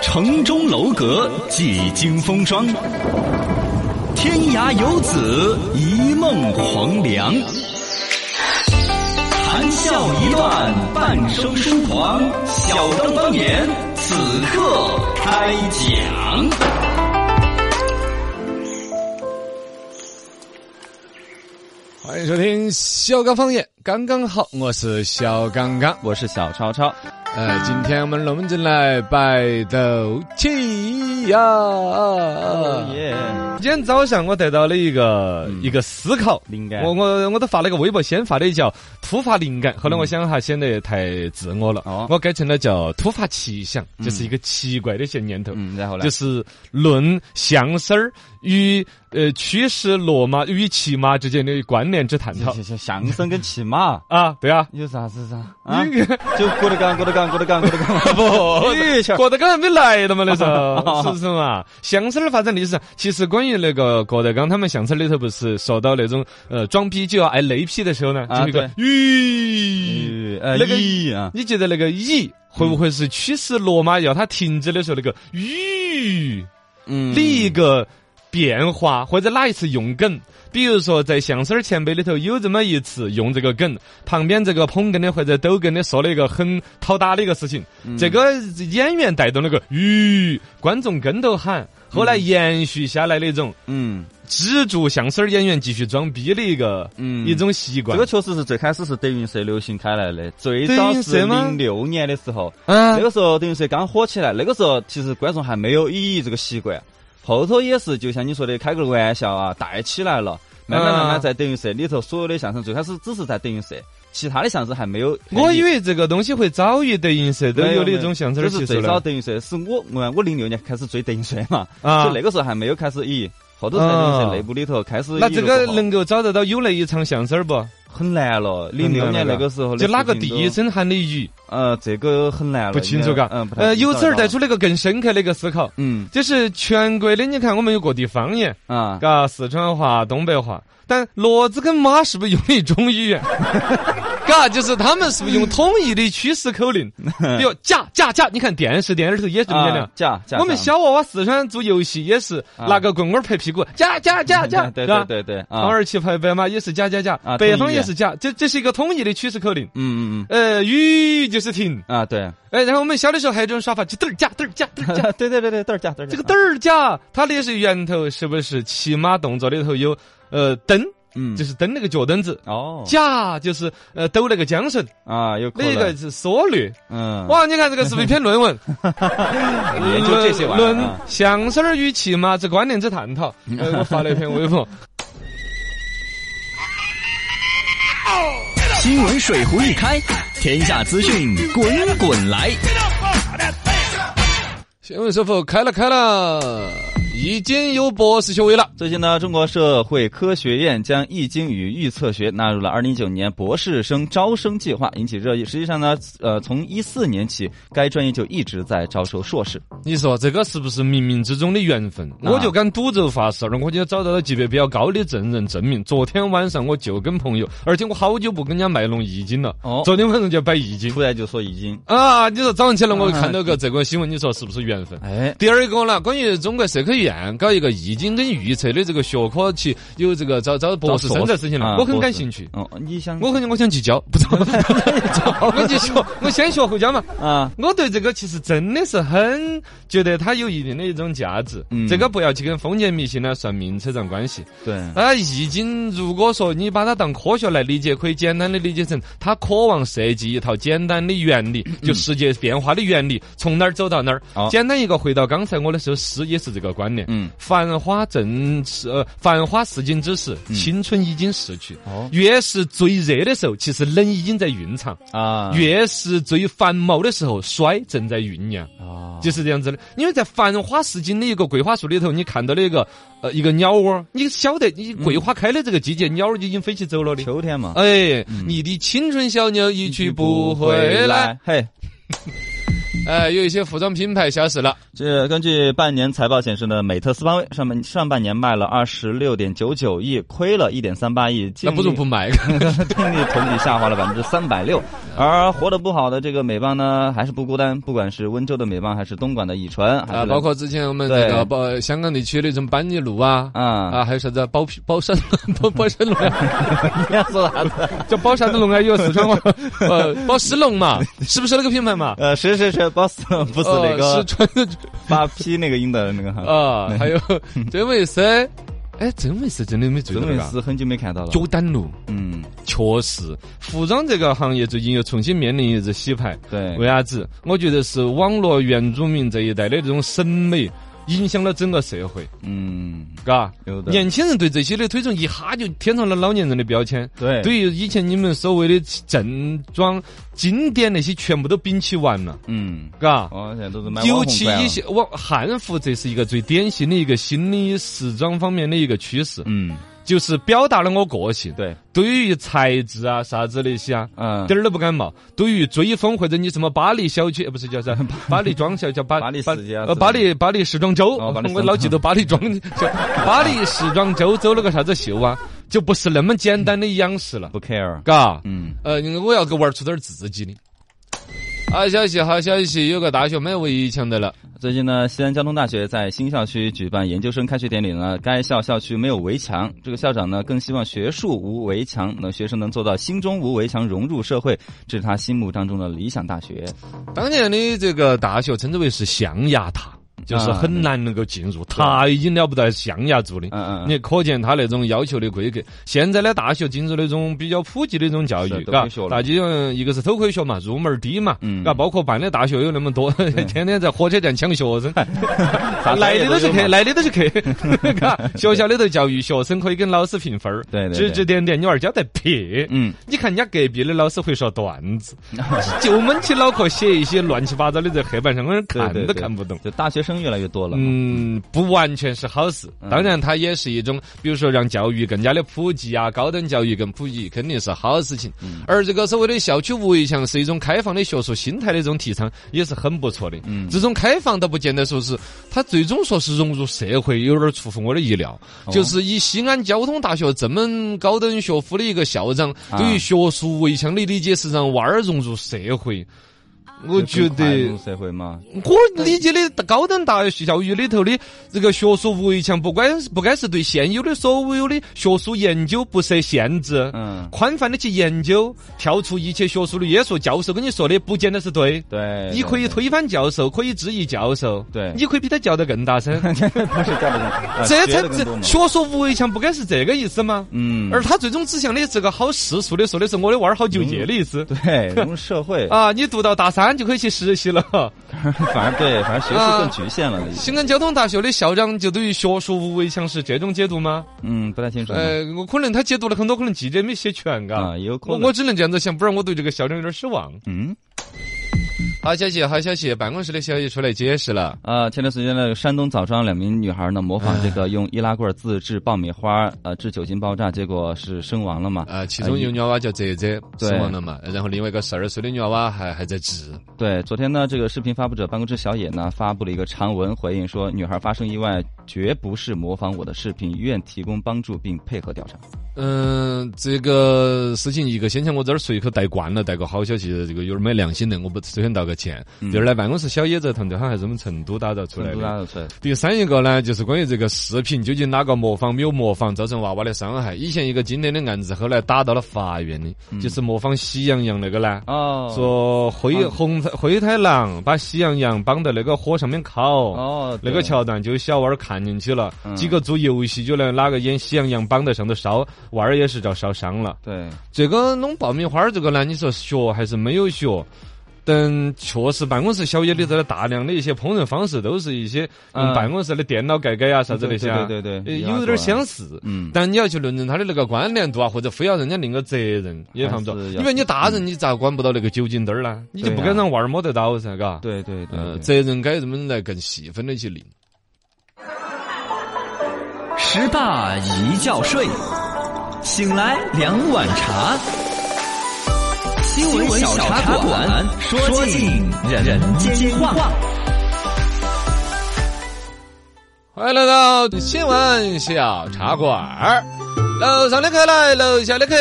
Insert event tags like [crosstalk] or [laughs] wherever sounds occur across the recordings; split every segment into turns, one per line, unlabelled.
城中楼阁几经风霜，天涯游子一梦黄粱。谈笑一段，半生疏狂，小灯当年，此刻开讲。
欢迎收听小刚方言，刚刚好，我是小刚刚。
我是小超超，
呃，今天我们龙门阵来摆斗气呀！
耶！
哦今天早上我得到了一个、一个思考，
灵感
嗯我我我都发了个微博，先发的叫突发灵感，后来我想哈显得太自我了，
哦
我改成了叫突发奇想，就是一个奇怪的一些念头。
嗯，然后呢？
就是论象声儿与呃驱使骡马与骑马之间的关联之探讨
像像相声跟骑马
啊，对啊，
有啥子噻？啊， [laughs] 就郭德纲，郭德纲，郭德纲，郭德纲，[laughs]
[laughs]
啊
不
一下
郭德纲还没来的嘛，那时候是
[laughs]
不是嘛？相声的发展历史上，其实关于那个郭德纲他们相声里头，不是说到那种呃装逼就要挨雷劈的时候呢，
啊
就有一个咦，
呃，
那个
一啊，
你觉得那个咦会不会是驱使骡马要它停止的时候那个咦
嗯
的一个变化，或者哪一次用梗？比如说，在相声前辈里头有这么一次用这个梗，旁边这个捧哏的或者抖哏的说了一个很讨打的一个事情，
嗯
这个演员带动了个吁，观众跟头喊，后来延续下来的一种
嗯
止住相声演员继续装逼的一个、
嗯
一。种习
这
惯
个。确实是最开始是德云社流行开来的，最
德
早
云
是
社吗
零六年的时候，
啊
那个时候德云社刚火起来，那个时候其实观众还没有咦这个习惯，后头也是就像你说的开个玩笑啊带起来了，慢慢
嗯
慢慢在德云社里头所有的相声最开始只是在德云社，其他的相声还没有。
我以
为
为这个东西会早于德云社都
没
有的一
没
种相
就
声的
是
习
最
俗
早
了
德云社是我我我零六年开始追德云社嘛，
啊
所以那个时候还没有开始咦，后头在德云社内部里头开始咦
那
了
这
过后。
个能够找得到有那一场相声不？
很难了，零六年那个时候
就哪个第
地
一声喊的雨？
呃，这个很难了，
不清楚
应该
嘎。
嗯，不太
呃，
清
由
楚
此而
了
带出了一个更深刻的一个思考，
嗯
就是全国的，你看我们有各地方言，
啊，
嘎，四川话、东北话，但骡子跟马是不是用一种语言？ [laughs] 嘎，就是他们是不是用统一的驱使口令？比如驾驾驾，你看电视电影里头也是这么讲
啊
的。
假假
我们
假
小娃娃四川做游戏也是
啊
拿个棍棍儿拍屁股，驾
[laughs]
驾驾驾，
对
嘎
对对对
黄
啊，
二旗拍白马也是驾驾驾
啊，
北
统
方
一
也是驾，这这是一个统一的驱使口令。
嗯嗯
呃，雨就是停，
嗯啊，对，
哎，然后我们小的时候还有这种耍法，就嘚儿驾，嘚儿驾，嘚
[laughs]
儿驾。
对对对对，嘚儿假嘚儿
这个嘚
嘚，
儿驾，它的是源头是不是骑马动作里头有呃蹬，
嗯，
就是蹬那个脚蹬子。
哦
驾就是呃抖那个缰绳，
啊，有可
那个
能，
是缩略。
嗯，
哇，你看这个是不是一篇论文？
研究这些玩意儿
论
啊嗯
相声儿与骑马之关联之探讨。呃我发了一篇微博，
新闻水壶一开，天下资讯滚滚来。
新闻首富开了开了，已经有博士学位了。
最近呢，中国社会科学院将易经与预测学纳入了2019年博士生招生计划，引起热议。实际上呢，呃，从一四年起，该专业就一直在招收硕士。
你说这个是不是冥冥之中的缘分？
啊
我就敢赌咒发誓，我就找到了级别比较高的证人证明。昨天晚上我就跟朋友，而且我好久不跟人家卖弄易经了。
哦
昨天晚上就摆易经
[laughs] 突然就说易经，
啊！你说早上起来我看
嗯
到个这个新闻，你说是不是缘分？
哎，
第二个呢，关于中国社科院搞一个易经跟预测的这个学科去有这个招招博士生这事情
啊
了，我很
博
感
士
兴趣。
哦，你想
我很我想去教，不是， [laughs] 我去学，我先学后教嘛。
啊，
我对这个其实真的是很觉得它有一定的一种价值。
嗯
这个不要去跟封建迷信呢算命扯上关系。
对，
啊，易经如果说你把它当科学来理解，可以简单的理解成它渴望设计一套简单的原
嗯
理，就世界变化的原理，从哪儿走到哪儿
好。
简单一个回到刚才我的时候，诗也是这个观念。
哦嗯，
繁花正是呃，繁花似锦之时，
嗯
青春已经逝去。
哦
越是最热的时候，其实冷已经在蕴藏；
啊，
越是最繁茂的时候，衰正在酝酿。
啊，
就是这样子的。因为在繁花似锦的一个桂花树里头，你看到的一个呃一个鸟窝，你晓得，你桂花开的这个季节，鸟儿已经飞起走了的。
秋天嘛，
哎，你的青春小鸟一去不回来。
嘿，
哎、
哎，有一些服装品牌消失了。
这根据半年财报显示呢，美特斯邦威上半上半年卖了二十六点九九亿，亏了一点三八亿，
那
[laughs] 净
不如
利
不买。
净利同比下滑了百分之三百
[laughs]
六，而活得不好的这个美邦呢，还是不孤单。不管是温州的美邦，还是东莞的乙醇，还
啊，
是
包括之前我们这
对
个包香港地区那种班尼路啊，
嗯
啊，还有啥子包皮包山包包山龙啊，
[laughs] 你要说啥子？
叫包山的龙还有四川话，
呃，包石龙嘛，是不是那个品牌嘛？
呃，是是是，boss 不是那
呃
个
四川的
发 P 那个音的那个哈。
啊，还有真维斯，哎，真维斯真的没做
真
到
维
嘎，
斯很久没看到了。
九丹路
嗯，
确实，服装这个行业最近又重新面临一次洗牌。
对
为，啥子？我觉得是网络原住民这一代的这种审美影响了整个社会，
嗯，
嘎。
有的。
年轻人对这些的推崇一下就贴上了老年人的标签。
对
对于以前你们所谓的正装、经典那些，全部都摒弃完了，
嗯，
嘎。
我现在都是买
尤
网红
其
款了
一些网汉服，这是一个最典型的一个新的时装方面的一个趋势，
嗯，
就是表达了我个性。
对，
对于材质啊、啥子那些啊，
嗯，
点儿都不感冒。对于追风或者你什么巴黎小区，呃不是叫啥？巴黎庄小叫巴
巴黎世界啊之类
呃，
的
巴黎巴黎时装周，
哦巴黎时装周
[laughs] 我老记得巴黎庄，就巴黎时装周走了个啥子秀啊，就不是那么简单的样式了，
不 care。
嘎。
嗯，
呃，我要给玩出点自己的。
啊
好消息，好消息，有个大学买围墙的了。
最近呢，西安交通大学在新校区举办研究生开学典礼呢。该校校区没有围墙，这个校长呢更希望学术无围墙，那学生能做到心中无围墙，融入社会，这是他心目当中的理想大学。
当年的这个
这个大学称之为是象牙塔，就是
啊
很难能够进入，塔已经了不得，象牙做的。
嗯嗯
你可见他那种要求的规格。现在的大学进入那种比较普及的一种教
是
育，
都
嘎
可以学，了
大家嗯一个是偷窥学嘛，入门儿低嘛
嗯，
嘎，包括办的大学有那么多， [laughs] 天天在火车站抢学
[laughs]
生，
啥
来的都
啥也
是客，
有嘛
来的都
[laughs]
是客，嘎，学校里头教育学生可以跟老师评分儿
对对对
指指点点，你娃儿交代撇，
嗯，
你看人家隔壁的老师会说段子， [laughs] 就闷起脑壳写一些乱七八糟的在黑板上，我人看
对对
都
对
看不懂。
就大学生越来越多了。
嗯，不完全是好事。
嗯
当然，它也是一种，比如说让教育更加的普及啊，高等教育更普及，肯定是好事情。
嗯
而这个所谓的校区围墙是一种开放的学术心态的一种提倡，也是很不错的。
嗯
这种开放倒不见得说是它最终说是融入社会，有点出乎我的意料。
哦
就是以西安交通大学这么高等学府的一个校长，
啊
对于学术围墙的理解是让娃儿融入社会。我
就
觉
更快
得
入社会嘛，
我理解的高等大学教育里头的这个学术围墙，不管是不该是对现有的所有的学术研究不设限制，
嗯
宽泛的去研究，跳出一切学术的约束。教授跟你说的不见得是对，
对，
你可以推翻教授，可以质疑教授，
对
你可以比他叫得更大
[laughs]
声，
不是教的更，
这才
这
这学术围墙不该是这个意思吗？
嗯，
而他最终指向的这个好世俗的，说的是我的娃儿好就业的意思。
嗯对融入社会
[laughs] 啊，你读到大三就可以去实习了。
反而对，反而学术更局限了。已经
西安交通大学的校长就对于学术无围墙是这种解读吗？
嗯，不太清楚。
呃，我可能他解读了很多，可能记者没写全，嘎
嗯
啊，。有可
我
能
我。只能这样子想，不然我对这个校长有点失望。
嗯。
好消息，好消息，办公室的消息出来解释了。
啊，前段时间呢，山东枣庄两名女孩呢模仿这个用易拉罐自制爆米花，呃，致酒精爆炸，结果是身亡了嘛？
啊，其
哎
中有女娃娃叫泽泽，
对
死亡了嘛？然后另外一个十二岁的女娃娃还还在治。
对，昨天呢，这个视频发布者办公室小野呢发布了一个长文回应说，女孩发生意外绝不是模仿我的视频，愿提供帮助并配合调查。
嗯，
这个事情，一个先前我这儿随口带惯了，带个好消息，这个有点没良心的，我不首先道个歉。
嗯
第二呢，办公室小野这趟对他还是我们成都打造出来
成都
的。
拉出来，
第三一个呢，就是关于这个视频究竟哪个模仿没有模仿造成娃娃的伤害。以前一个经典的案子，后来打到了法院的，就是模仿喜羊羊那个呢。
嗯哦，
说灰
嗯
红太灰太狼把喜羊羊绑到那个火上面烤，
哦，
那个
对
桥段就小娃儿看进去了
嗯。
几个做游戏就来哪个演喜羊羊绑在上头烧，娃儿也是遭烧伤了。
对，
这个弄爆米花儿这个呢，你说学还是没有学？等确实办公室小野里头的大量的一些烹饪方式，都是一些
嗯
用办公室的电脑盖盖啊啥子那
对
些
对
啊，
对对对
呃
一样
有
多
点
啊
相似。
嗯，
但你要去论证他的那个关联度啊，或者非要人家那个责任，也犯不着
还。是要
因为你大人，你咋管不到那个酒精灯儿呢？你就
对
不
啊
敢让娃儿摸得到噻，嘎。
对对对
嗯，
对，
责任该怎么来更细分的去理？
十大一觉睡，醒来两碗茶。新闻小茶馆，说尽人间话。
欢迎来到新闻小茶馆儿。楼上的客来，楼下的客，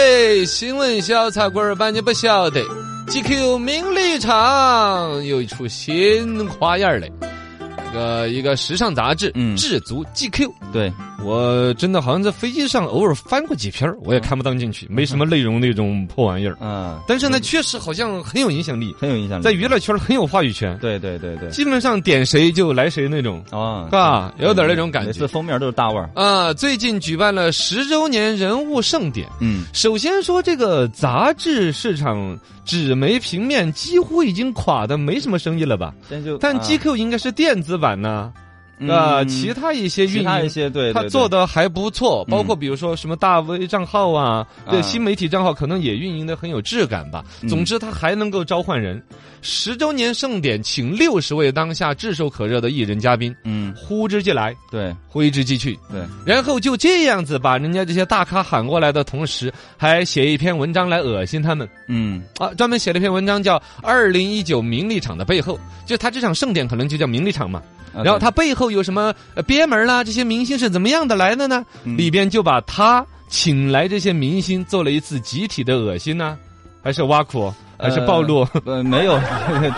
新闻小茶馆儿，把你不晓得。GQ 名利场又一出新花样儿嘞，这个一个时尚杂志，
嗯
智足 GQ，
对，
我真的好像在飞机上偶尔翻过几篇儿，我也看不当进去，没什么内容那种破玩意儿。
嗯，
但是呢，确实好像很有影响力，
很有印象力，
在娱乐圈很有话语权，
对对对对，
[laughs] 基本上点谁就来谁那种，
哦，
是吧？有点那种感
每
觉
次。封面都是大腕儿，
啊，最近举办了十周年人物盛典。
嗯，
首先说这个杂志市场，纸媒平面几乎已经垮的没什么生意了吧？
但就
但
啊
GQ 应该是电子版呢，啊，
嗯
其他一些运
其他一
营。
些对，
他
对
做
对
的还不错，包括比如说什么大 V 账号啊，
啊
对新媒体账号可能也运营的很有质感吧。
嗯
总之，他还能够召唤人。十周年盛典，请六十位当下炙手可热的艺人嘉宾，
嗯
呼之即来，
对
挥之即去。
对，
然后就这样子把人家这些大咖喊过来的同时，还写一篇文章来恶心他们
嗯
啊！专门写了一篇文章叫《二零一九名利场的背后》，就他这场盛典可能就叫名利场嘛。
啊
然
对
后他背后有什么呃憋门啦？这些明星是怎么样的来的呢？
嗯
里边就把他请来这些明星做了一次集体的恶心呢、还是挖苦，还是暴露？
呃 [laughs] 没有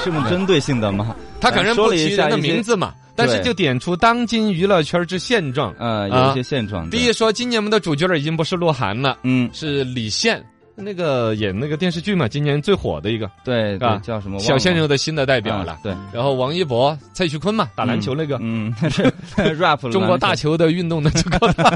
这么针对性的吗？
他肯定
说
不
了一
提
下
人的
一些
名字嘛，但是
对
就点出当今娱乐圈之现状。
呃，有
啊
一些现状。
第
对，
一说，今年我们的主角儿已经不是鹿晗了。
嗯，
是李现，那个演那个电视剧嘛，今年最火的一个
对，
啊
对叫什么
小鲜
忘了
肉的新的代表
啊
了。
对，
然后王一博、蔡徐坤嘛，打篮球那个，
嗯， [laughs] 是 rap 了
中国大球的运动的就靠
[laughs]
他。 [laughs]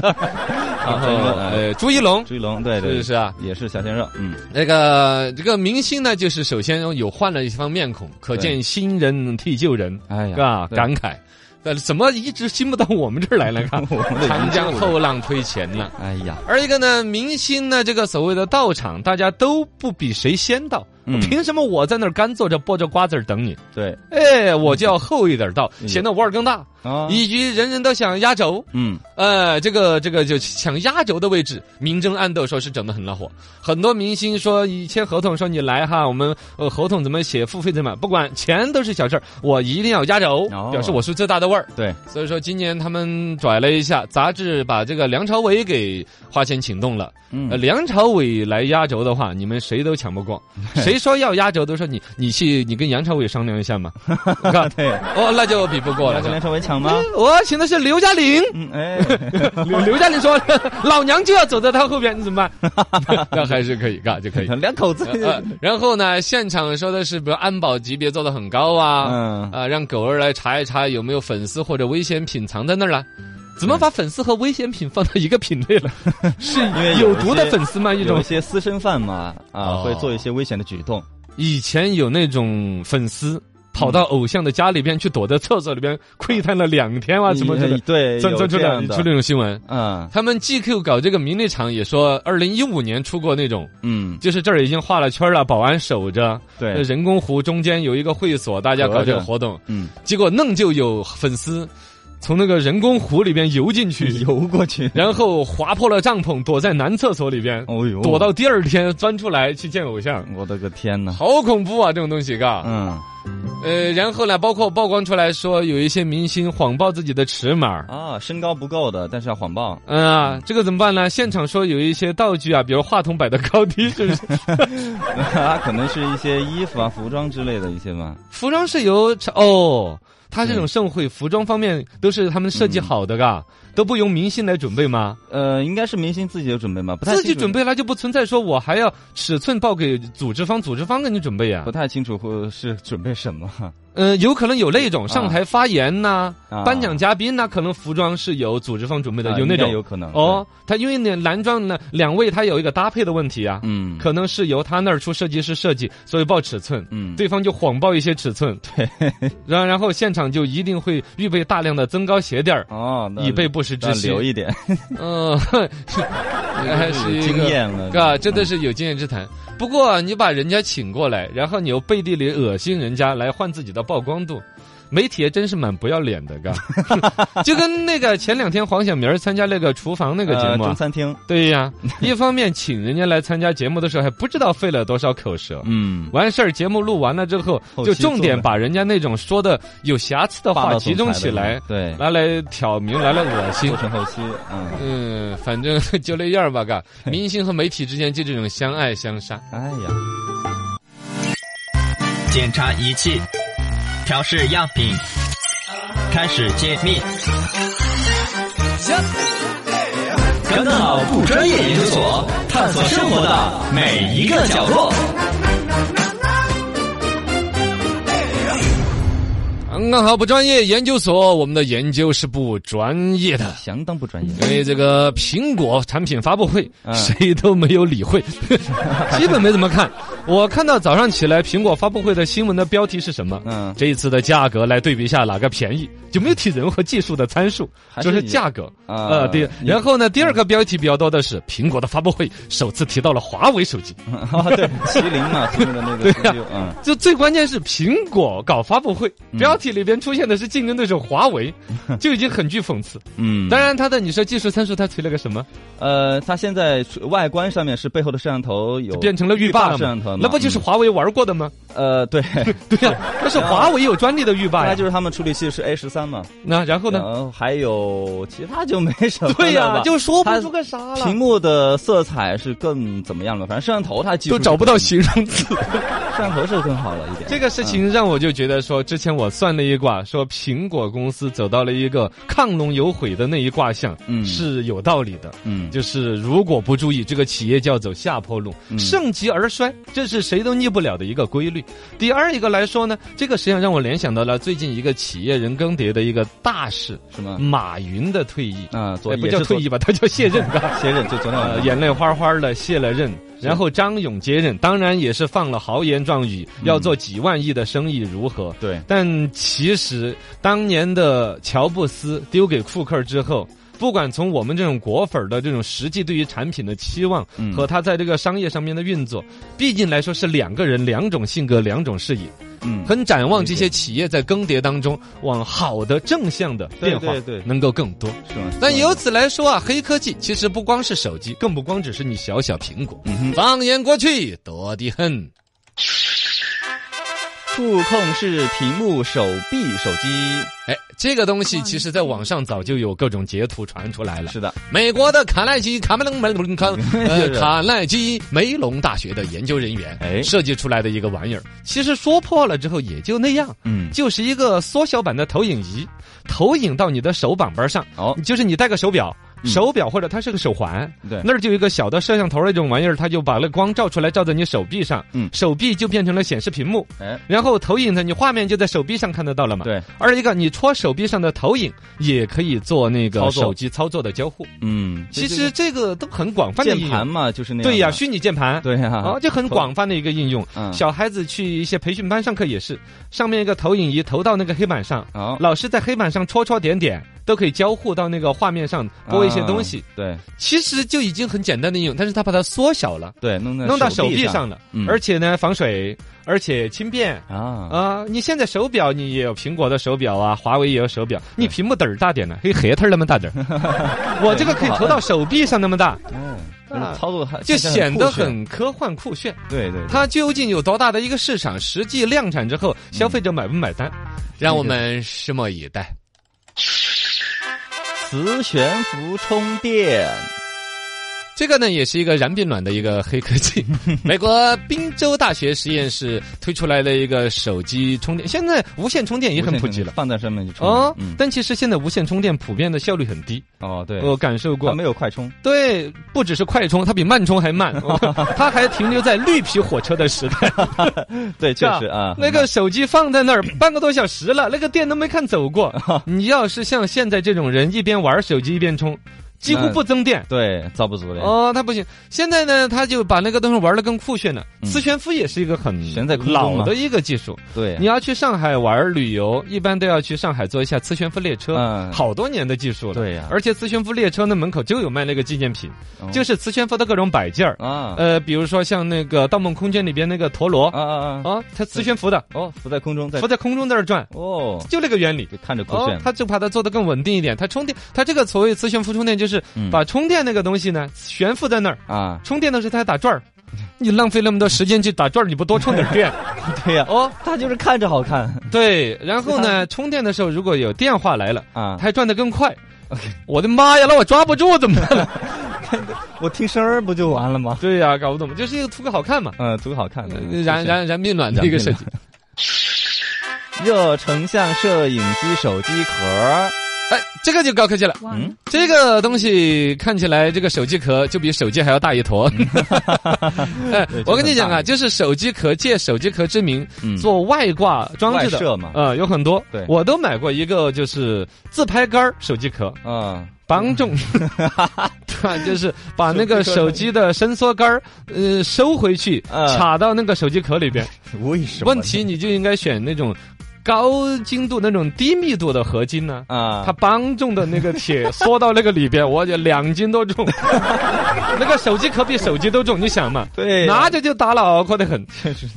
然
啊，
后
中国呃
呃，朱一龙
朱一龙，对
是
对
不，是啊？
也是小鲜肉，嗯，
那个这个明星呢，就是首先有换了一方面孔，可见新人替旧人，
哎呀，
是吧？
对，
感慨。但怎么一直新不到我们这儿来呢？看
[laughs] 我们的
长江
人
后浪推前浪。
哎呀，
而一个呢，明星呢，这个所谓的到场，大家都不比谁先到，
嗯
凭什么我在那儿干坐着剥着瓜子儿等你？
对
哎，我就要厚一点到，
嗯
显得我腕儿更大。
啊，
以及人人都想压轴，
嗯
呃，这个这个就抢压轴的位置，明争暗斗，说是整得很恼火。很多明星说一签合同，说你来哈，我们呃合同怎么写，付费怎么，不管钱都是小事儿，我一定要压轴，
哦
表示我是最大的腕儿。
对，
所以说今年他们拽了一下，杂志把这个梁朝伟给花钱请动了。
嗯
呃，梁朝伟来压轴的话，你们谁都抢
[laughs]
不过。谁说要压轴，都说你你去你跟杨朝伟商量一下
[laughs]
嘛。我看
对，
哦，那就比不过了
来跟梁
是吧。
朝伟抢吗？
我请的是刘嘉玲，
嗯，哎，
刘刘嘉玲说老娘就要走在他后边，你怎么
[laughs]
办？那还是可以，嘎就可以。
[laughs] 两口子，
呃，然后呢，现场说的是，比如安保级别做的很高啊，
嗯
啊，让狗儿来查一查有没有粉丝或者危险品藏在那儿了。怎么把粉丝和危险品放到一个品类了？是
因为
有
一
毒的
些
粉丝吗？一
嗯有
种
一些私生饭嘛，啊，
哦
会做一些危险的举动，
以前有那种粉丝跑到偶像的家里边去，躲在厕所里边窥探了两天啊，什么之类的，
对，哎
专
有
专出
这
了
样
出
的
了那种新闻。
嗯
他们 GQ 搞这个名利场也说，二零一五年出过那种，
嗯，
就是这儿已经画了圈了，保安守着，呃
对，
人工湖中间有一个会所，大家搞这
隔
个
着
活动，
嗯，
结果弄就有粉丝从那个人工湖里边游进去，
[laughs] [laughs] 游过去，
然后划破了帐篷，躲在男厕所里边，
哦呦，
躲到第二天钻出来去见偶像，
我的个天呐！
好恐怖啊！这种东西，嘎，
嗯
呃，然后呢，包括曝光出来说有一些明星谎报自己的尺码。
啊，身高不够的，但是要谎报， [laughs]
嗯啊，这个怎么办呢？现场说有一些道具啊，比如话筒摆的高低，是不
[laughs]
是？
啊，可能是一些衣服啊、服装之类的一些吧。
服装是由哦，他这种盛会服装方面都是他们设计好的，嘎，
嗯
都不用明星来准备吗？
呃，应该是明星自己有准备吧，不太
自己
清楚
准，备了就不存在说我还要尺寸报给组织方，组织方给你准备呀、
不太清楚会是准备什么。
嗯、有可能有那种上台发言呐、
啊
颁奖嘉宾呐、可能服装是由组织方准备的，
啊
有那
应该
种
有可能
哦，。他因为那男装呢，两位他有一个搭配的问题啊
对，嗯，
可能是由他那儿出设计师设计，所以报尺寸。
嗯，
对方就谎报一些尺寸，对，然 [laughs] 然后现场就一定会预备大量的增高鞋垫儿，
哦，那
以备不时
那
之需。
留一点，
[laughs]
[laughs]
嗯，还是一个
经验
[laughs]
了，
啊，真的是有经验之谈。不过你把人家请过来，然后你又背地里恶心人家来换自己的曝光度，媒体也真是蛮不要脸
[laughs]
的。嘎，就跟那个前两天黄晓明儿参加那个厨房那个节
呃
目
中
啊，
餐厅，[laughs]
对呀，一方面请人家来参加节目的时候还不知道费了多少口舌，
嗯，
完事儿节目录完了之后，
后期
就重
做
点
的
把人家那种说的有瑕疵的
霸
话
道
集
总
中
裁
起
的
来
嘛，对，
拿来挑明，拿来恶心
[laughs] 过。程后期，嗯，
嗯，反正就那样
[laughs]
吧，嘎。明星和媒体之间就这种相爱相杀。
哎呀，
检查仪器，调试样品，开始揭秘。跟好不专业研究所，探索生活的每一个角落。
刚刚好不专业研究所，我们的研究是不专业的。
相当不专业，
因为这个苹果产品发布会，
嗯
谁都没有
[laughs]
理会，基本没怎么看。我看到早上起来苹果发布会的新闻的标题是什么？
嗯，
这一次的价格来对比一下哪个便宜，就没有提人和技术的参数，
还
就是是
以
价格。
啊
呃，对。
你 [laughs]
然后呢，第二个标题比较多的是苹果的发布会首次提到了华为手机，
啊，对，麒麟嘛，出的那个 CPU，嗯，
就最关键是苹果搞发布会，标题里边出现的是竞争对手华
[laughs]
为，就已经很具讽刺。
嗯，
当然，它的你说技术参数，它推了个什么，
呃，它现在出外观上面是背后的摄像头有
变成了
浴
浴霸
摄
了
像
嘛
头，嘛，
那不就是
嗯
华为玩过的吗？
呃，
[laughs]
对，
对呀、那是华为有专利的浴霸
[laughs] 那
呀。
就是他们处理器是 A 十三嘛，
那然后
然
呢？
后还有其他就没什么了吧，
对呀、就说不
它
出个啥了。
屏幕的色彩是更怎么样了？反正摄像头它技术嗯
都找不到形容词。
摄像头是更好了一点。
这个事情让我就觉得说，之前我算了一卦，说苹果公司走到了一个亢龙有悔的那一卦象，
嗯
是有道理的。
嗯，
就是如果不注意，这个企业就要走下坡路，
嗯
盛极而衰，这是谁都逆不了的一个规律。第二一个来说呢，这个实际上让我联想到了最近一个企业人更迭的一个大事，
什么
马云的退役，
啊？昨
嗯哎不
也
叫
是
退
昨
役吧，他 [laughs] 叫卸任吧。
卸任，就昨天晚
呃，
上
眼泪花花的卸了任，然后张勇接任，当然也是放了豪言壮语，要做几万亿的生意如何？
对，
但其实当年的乔布斯丢给库克之后。不管从我们这种果粉儿的这种实际对于产品的期望
嗯
和他在这个商业上面的运作，毕竟来说是两个人、两种性格、两种视野，
嗯，
很展望这些企业在更迭当中往好的正向的
对
变化
对对，
能够更多。
是吗？
但由此来说啊，黑科技其实不光是手机，更不光只是你小小苹果。
嗯哼，
放眼过去，多得很。
触控式屏幕手臂手机，
哎，这个东西其实在网上早就有各种截图传出来了。
是的，
美国的卡耐基卡梅隆梅隆康
[laughs]
呃
是啊
卡耐基梅隆大学的研究人员
哎
设计出来的一个玩意儿，其实说破了之后也就那样，
嗯，
就是一个缩小版的投影仪，投影到你的手板板上，
哦，
就是你戴个手表，
嗯
手表或者它是个手环，
对，
那儿就有一个小的摄像头那种玩意儿，它就把那光照出来，照在你手臂上，
嗯
手臂就变成了显示屏幕，
哎，
然后投影的你画面就在手臂上看得到了嘛。。
对，
二一个，你戳手臂上的投影也可以做那
操
个
作
手机操作的交互。
嗯，
其实这个都很广泛的
键
应
盘
用，
嘛，就是那样的
对呀，虚拟键盘。
对呀，
啊，就很广泛的一个应用。
嗯，
小孩子去一些培训班上课也是，上面一个投影仪投到那个黑板上，
好
老师在黑板上戳戳点点，都可以交互到那个画面上播一些东西。，
啊对
其实就已经很简单的应用，但是它把它缩小了，
对，弄在
弄到手
手
臂
上
上了，
嗯
而且呢防水，而且轻便。
啊，
啊、你现在手表你也有苹果的手表啊，华为也有手表，你屏幕嘚儿大点呢，黑核桃那么大点儿， [laughs] 我这个可以投到手臂上那么大，
嗯，
啊
操作还
就显得
酷炫
很科幻酷炫。
对对，对
它究竟有多大的一个市场？实际量产之后，消费者买不买单？让我们拭目以待。
磁悬浮充电，
这个呢，也是一个燃并卵的一个黑科
[laughs]
技。美国宾州大学实验室推出来的一个手机充电，现在无线充电也很普及了。
放在上面就充。
哦，
嗯，
但其实现在无线充电普遍的效率很低，
哦对，
我感受
它
过。
没有快
[laughs]
充，
对，不只是快充，它比慢充
[laughs]
还慢，它还停留在绿皮火车的时代。
对，确
吧
实 [laughs] 啊，
那个手机放在那儿半个多小
啊
时了，那个电都没看走过。你要是像现在这种人，一边玩手机一边充，几
嗯
乎不增点。
对，遭不住的。
哦，他不行。现在呢，他就把那个东西玩的更酷炫了。磁悬浮也是一个很
嗯悬在空中
老
嘛
的一个技术。
对，
你要去上海玩儿旅游，一般都要去上海坐一下磁悬浮列车，
嗯
好多年的技术了。
对呀
而且磁悬浮列车那门口就有卖那个纪念品，
哦
就是磁悬浮的各种摆件儿。
啊
呃，比如说像那个《盗梦空间》里边那个陀螺
啊啊啊！
啊，它磁悬浮的，
哦，浮在空中，在
浮在空中在这儿转，
哦，
就那个原理。
就看着酷
哦
炫，。
它就把它做得更稳定一点。它充电，它这个所谓磁悬浮充电，就是
嗯
把充电那个东西呢悬浮在那儿，
啊，
充电的时候它还打转儿。你浪费那么多时间去打转儿，你不多充点儿 [laughs] 电？
对呀，
哦，
他就是看着好看
对，然后 [laughs] 呢，充电的时候如果有电话来了，
[laughs] 啊
它。还转得更快。我的妈呀，那我抓不住怎么 [laughs] 办？
我听声儿不就完了吗？
对呀、搞不懂，就是图个好看嘛，
嗯，图好看的，
燃燃燃并卵的呃一个设计。
[laughs] 热成像摄影机手机壳儿，
哎，这个就高科技了。
嗯，
这个东西看起来，这个手机壳就比手机还要大一 [laughs] 坨。哎，我跟你讲啊，就是手机壳借手机壳之名
嗯
做外挂装置
外设
的
嘛，
呃，有很多。
对
我都买过一个，就是自拍杆儿手机壳，
啊，
帮众，
嗯
[laughs] 对，就是把那个手机的伸缩
[laughs]
杆儿，呃，收回去，
嗯
插到那个手机壳里边。
[laughs] 为什么呢？
问题你就应该选那种高精度、那种低密度的合金呢。
啊，
它帮重的那个
[laughs]
铁缩到那个里边，我就两斤多重， [laughs] 那个手机壳比手机都重，你想嘛？
对
拿着就打脑壳的
[laughs]
很。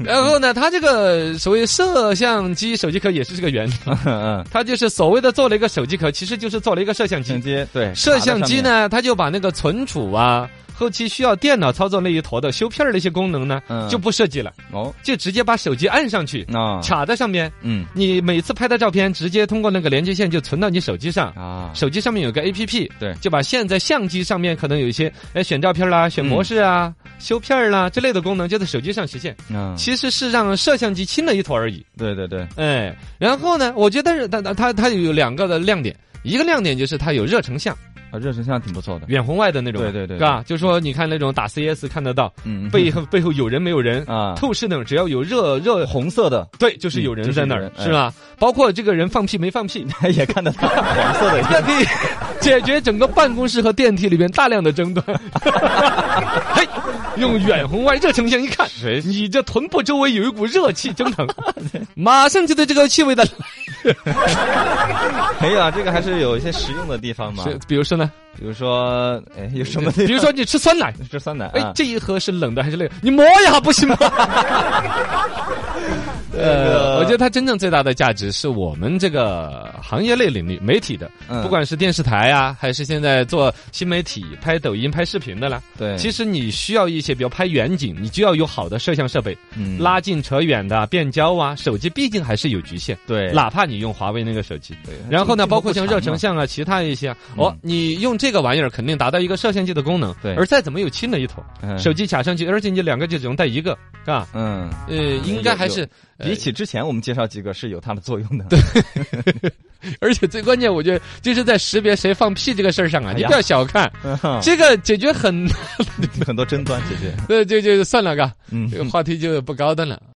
然后呢，它这个所谓摄像机手机壳也是这个原理，
嗯，
它就是所谓的做了一个手机壳，其实就是做了一个摄像机
承。接对
摄像机，呢，它就把那个存储啊。后期需要电脑操作那一坨的修片儿那些功能呢，
嗯
就不设计了，
卡到上面哦，
就直接把手机按上去，
那
卡在上面。
嗯
你每次拍的照片，直接通过那个连接线就存到你手机上。
啊，
手机上面有个 A P P，
对嗯
就把现在相机上面可能有一些哎选照片啦、选模式啊、修片儿啦之类的功能，就在手机上实现。
嗯，
其实是让摄像机轻了一坨而已。
对对对，
哎，然后呢，我觉得是它它它它有两个的亮点，一个亮点就是它有热成像，
啊，热成像挺不错的，
远红外的那种，啊
对对对，
是吧？就说你看那种打 CS 看得到
嗯，嗯
背后背后有人没有人。
啊，
透呃视那种，只要有热热，
红色的
对，就是有
嗯就
人
是
在那
有
儿
人，哎
是吧？包括这个人放屁没放屁，
[laughs] 也看得到，黄色
[laughs]
的，
这可以解决整个办公室和电梯里边大量的
[laughs]
争端。嘿，用远红外热成像一看，你这臀部周围有一股热气蒸
[laughs]
腾，马上就对这个气味的，
没有啊，这个还是有一些实用的地方嘛，
是比如说呢，
比如说，哎，有什么地
比
方？
如说你吃酸奶，
这酸奶
哎
啊，，
这一盒是冷的还是热的？你摸一下
[laughs]
不行吗？呃，我觉得它真正最大的价值是我们这个行业内领域媒体的，
嗯
不管是电视台啊，还是现在做新媒体、拍抖音、拍视频的啦。
对，
其实你需要一些，比如拍远景，你就要有好的摄像设备，
嗯
拉近扯远的变焦啊。手机毕竟还是有局限，
对
哪怕你用华为那个手机。
对啊
然后呢，
这个
包括像热成像啊，其他一些啊，哦，你用这个玩意儿肯定达到一个摄像机的功能，
嗯对
而再怎么又轻了一坨，
嗯
手机卡上去，而且你两个就只能带一个，是吧？
嗯，
呃，应该还是，呃
比起之前我们介绍几个是有它的作用的， [laughs]
而且最关键，我觉得就是在识别谁放屁这个事儿上啊，
哎呀
你
[laughs]
不要小看
对，
这个解决很， [laughs]
很多争端解决，
呃，就就算了，嘎，
嗯
这。个话题就不高端了。